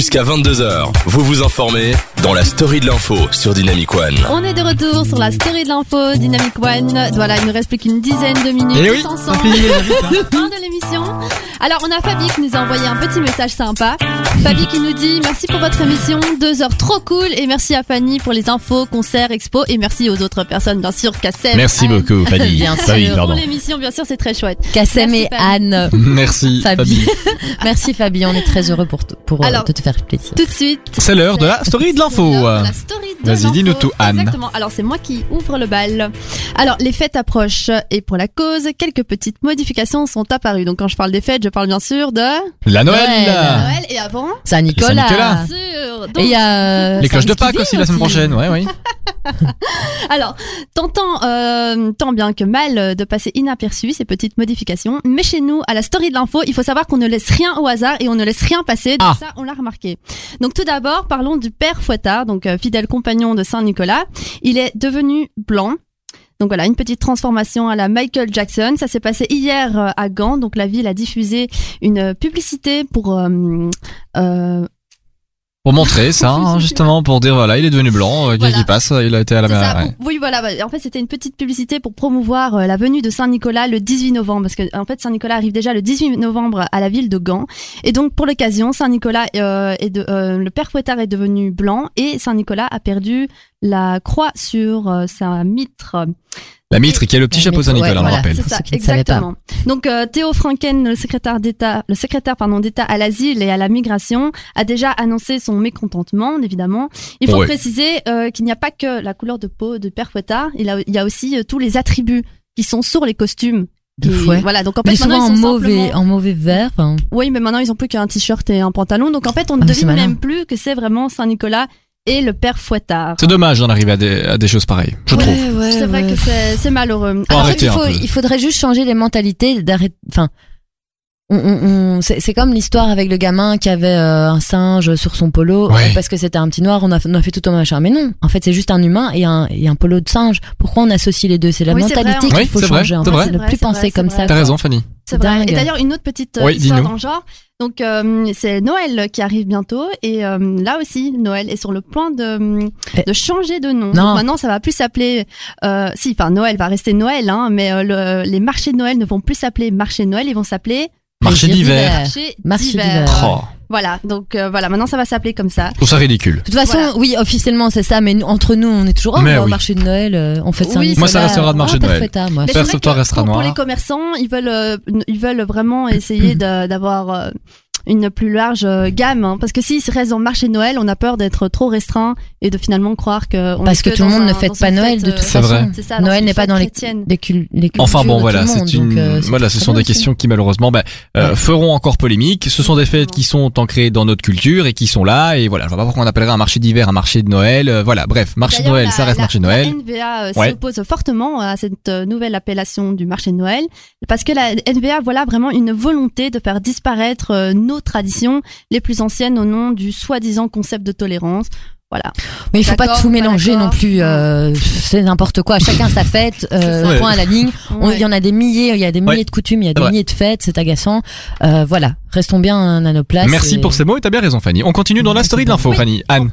Jusqu'à 22h, vous vous informez dans la story de l'info sur Dynamic One. On est de retour sur la story de l'info Dynamic One. Voilà, il ne reste plus qu'une dizaine de minutes. Eh oui, Tous ça ensemble. fait vite, hein. Fin de l'émission. Alors, on a Fabi qui nous a envoyé un petit message sympa. Fabi qui nous dit merci pour votre émission, deux heures trop cool et merci à Fanny pour les infos, concerts, expos et merci aux autres personnes bien sûr, Kassem. Merci Anne. beaucoup, Fanny. Bien Fanny, Euh, Pour pardon. l'émission, bien sûr, c'est très chouette. Kassem Merci, et Anne. Merci, Fabi. Fabi. Merci Fabi, on est très heureux pour, te- pour euh, Alors- de te faire plaisir. Tout de suite. C'est l'heure de la story de l'info. C'est l'heure de la story de Vas-y, l'info. dis-nous tout, Anne. Exactement. Alors, c'est moi qui ouvre le bal. Alors, les fêtes approchent et pour la cause, quelques petites modifications sont apparues. Donc, quand je parle des fêtes, je parle bien sûr de La Noël. Noël. Ah. Noël et avant. Saint-Nicolas. Ah. Saint-Nicolas. Sûr. Et Donc, il y a. euh, Les cloches de Saint-Nicolas Pâques aussi la semaine prochaine, ouais, oui. Alors, tentant euh, tant bien que mal euh, de passer inaperçu ces petites modifications, mais chez nous, à la story de l'info, il faut savoir qu'on ne laisse rien au hasard et on ne laisse rien passer. Donc Ah. ça, on l'a remarqué. Donc tout d'abord, parlons du père Fouettard, donc euh, fidèle compagnon de Saint Nicolas. Il est devenu blanc. Donc voilà, une petite transformation à la Michael Jackson. Ça s'est passé hier euh, à Gand. Donc la ville a diffusé une euh, publicité pour euh, euh, Pour montrer ça, hein, justement, pour dire voilà, il est devenu blanc, euh, qu'est-ce Voilà. qui passe, il a été à la C'est mer. ça, pour- Oui, voilà. ouais. En fait, c'était une petite publicité pour promouvoir euh, la venue de Saint-Nicolas le 18 novembre. Parce que, en fait, Saint-Nicolas arrive déjà le 18 novembre à la ville de Gand. Et donc, pour l'occasion, Saint-Nicolas euh, est de, euh, le père Fouettard est devenu blanc et Saint-Nicolas a perdu la croix sur euh, sa mitre. La mitre qui est le petit La chapeau mitre, Saint-Nicolas, ouais, on le voilà. rappelle. C'est ça, ceux qui ne savaient pas. exactement. Donc euh, Théo Franken, le secrétaire d'État, le secrétaire pardon d'État à l'asile et à la migration, a déjà annoncé son mécontentement, évidemment. Il faut Ouais. préciser euh, qu'il n'y a pas que la couleur de peau de Père Fouettard, il, a- il y a aussi euh, tous les attributs qui sont sur les costumes. De Et fouet. Voilà, donc en fait Mais maintenant souvent en ils sont mauvais, simplement- en mauvais vert. enfin, Oui, mais maintenant ils ont plus qu'un t-shirt et un pantalon, donc en fait on ne Ah, mais c'est devine malin. même plus que c'est vraiment Saint Nicolas et le Père Fouettard. C'est dommage d'en arriver à des, à des choses pareilles, je trouve. C'est vrai que c'est c'est malheureux. Faut Alors, arrêter Ah, il, un faut- peu. il faudrait juste changer les mentalités d'arrêter. Enfin, on, on- on- c'est c'est comme l'histoire avec le gamin qui avait euh, un singe sur son polo Ouais. euh, parce que c'était un petit noir. On a, fait- on a fait tout un machin, mais non. En fait, c'est juste un humain et un, et un polo de singe. Pourquoi on associe les deux C'est la Oui, c'est vrai, mentalité en fait. qu'il faut Oui, c'est vrai, changer. en c'est fait. vrai. C'est ne C'est plus vrai, penser c'est comme vrai, ça. c'est T'as quoi. raison, Fanny. C'est vrai. Dingue. Et d'ailleurs, une autre petite euh, Oui, histoire dis-nous. dans le genre. Donc, euh, c'est Noël qui arrive bientôt. Et euh, là aussi, Noël est sur le point de, Eh. de changer de nom. Non. Donc maintenant, ça va plus s'appeler... euh, si, enfin, Noël va rester Noël, hein, mais euh, le- les marchés de Noël ne vont plus s'appeler marché de Noël, ils vont s'appeler Marché Plaisir d'hiver. d'hiver. marché Marché d'hiver. Euh, d'hiver. Oh, Voilà, donc euh, voilà, maintenant ça va s'appeler comme ça. je trouve ça ridicule. De toute façon, Voilà. oui, officiellement c'est ça, mais nous- entre nous, on est toujours oh, on Mais va au oui. marché de Noël, euh, on fait Oui, ça. Ah, Moi, ça restera de marché de Noël. moi. Mais Faire c'est vrai sauter que restera pour, pour noir. les commerçants, ils veulent, euh, ils veulent vraiment essayer de- d'avoir euh, une plus large euh, gamme. hein. parce que s'ils restent dans le marché de Noël, on a peur d'être trop restreint et de finalement croire que... on Parce est que tout le dans monde un- ne dans fête une pas Noël de fête, toute euh, C'est vrai. façon. c'est ça, Noël dans n'est une pas fête dans les, chrétienne. les cul- les cultures. Enfin bon, de voilà, tout le c'est monde, une. donc, euh, c'est voilà, ce très sont bien des aussi. questions qui malheureusement ben, euh, feront encore polémique. Ce sont des fêtes qui sont ancrées dans notre culture et qui sont là. Et voilà, je vois pas pourquoi on appellerait un marché d'hiver un marché de Noël. euh, voilà, bref, marché de D'ailleurs, Noël, la- ça reste la- marché de Noël. La NVA euh, Ouais. s'oppose fortement à cette euh, nouvelle appellation du marché de Noël parce que la NVA voilà vraiment une volonté de faire disparaître euh, nos traditions les plus anciennes au nom du soi-disant concept de tolérance. Voilà. Mais il faut D'accord, pas tout pas mélanger d'accord. non plus. euh, c'est n'importe quoi. Chacun sa fête. euh, C'est ça. Point à la ligne. On- Il Ouais. y en a des milliers. Il y a des milliers Ouais. de coutumes. Il y a C'est des vrai. milliers de fêtes. C'est agaçant. Euh, voilà. Restons bien à nos places. Merci et- pour ces mots et t'as bien raison Fanny. On continue dans la story de l'info Oui. Fanny. Anne.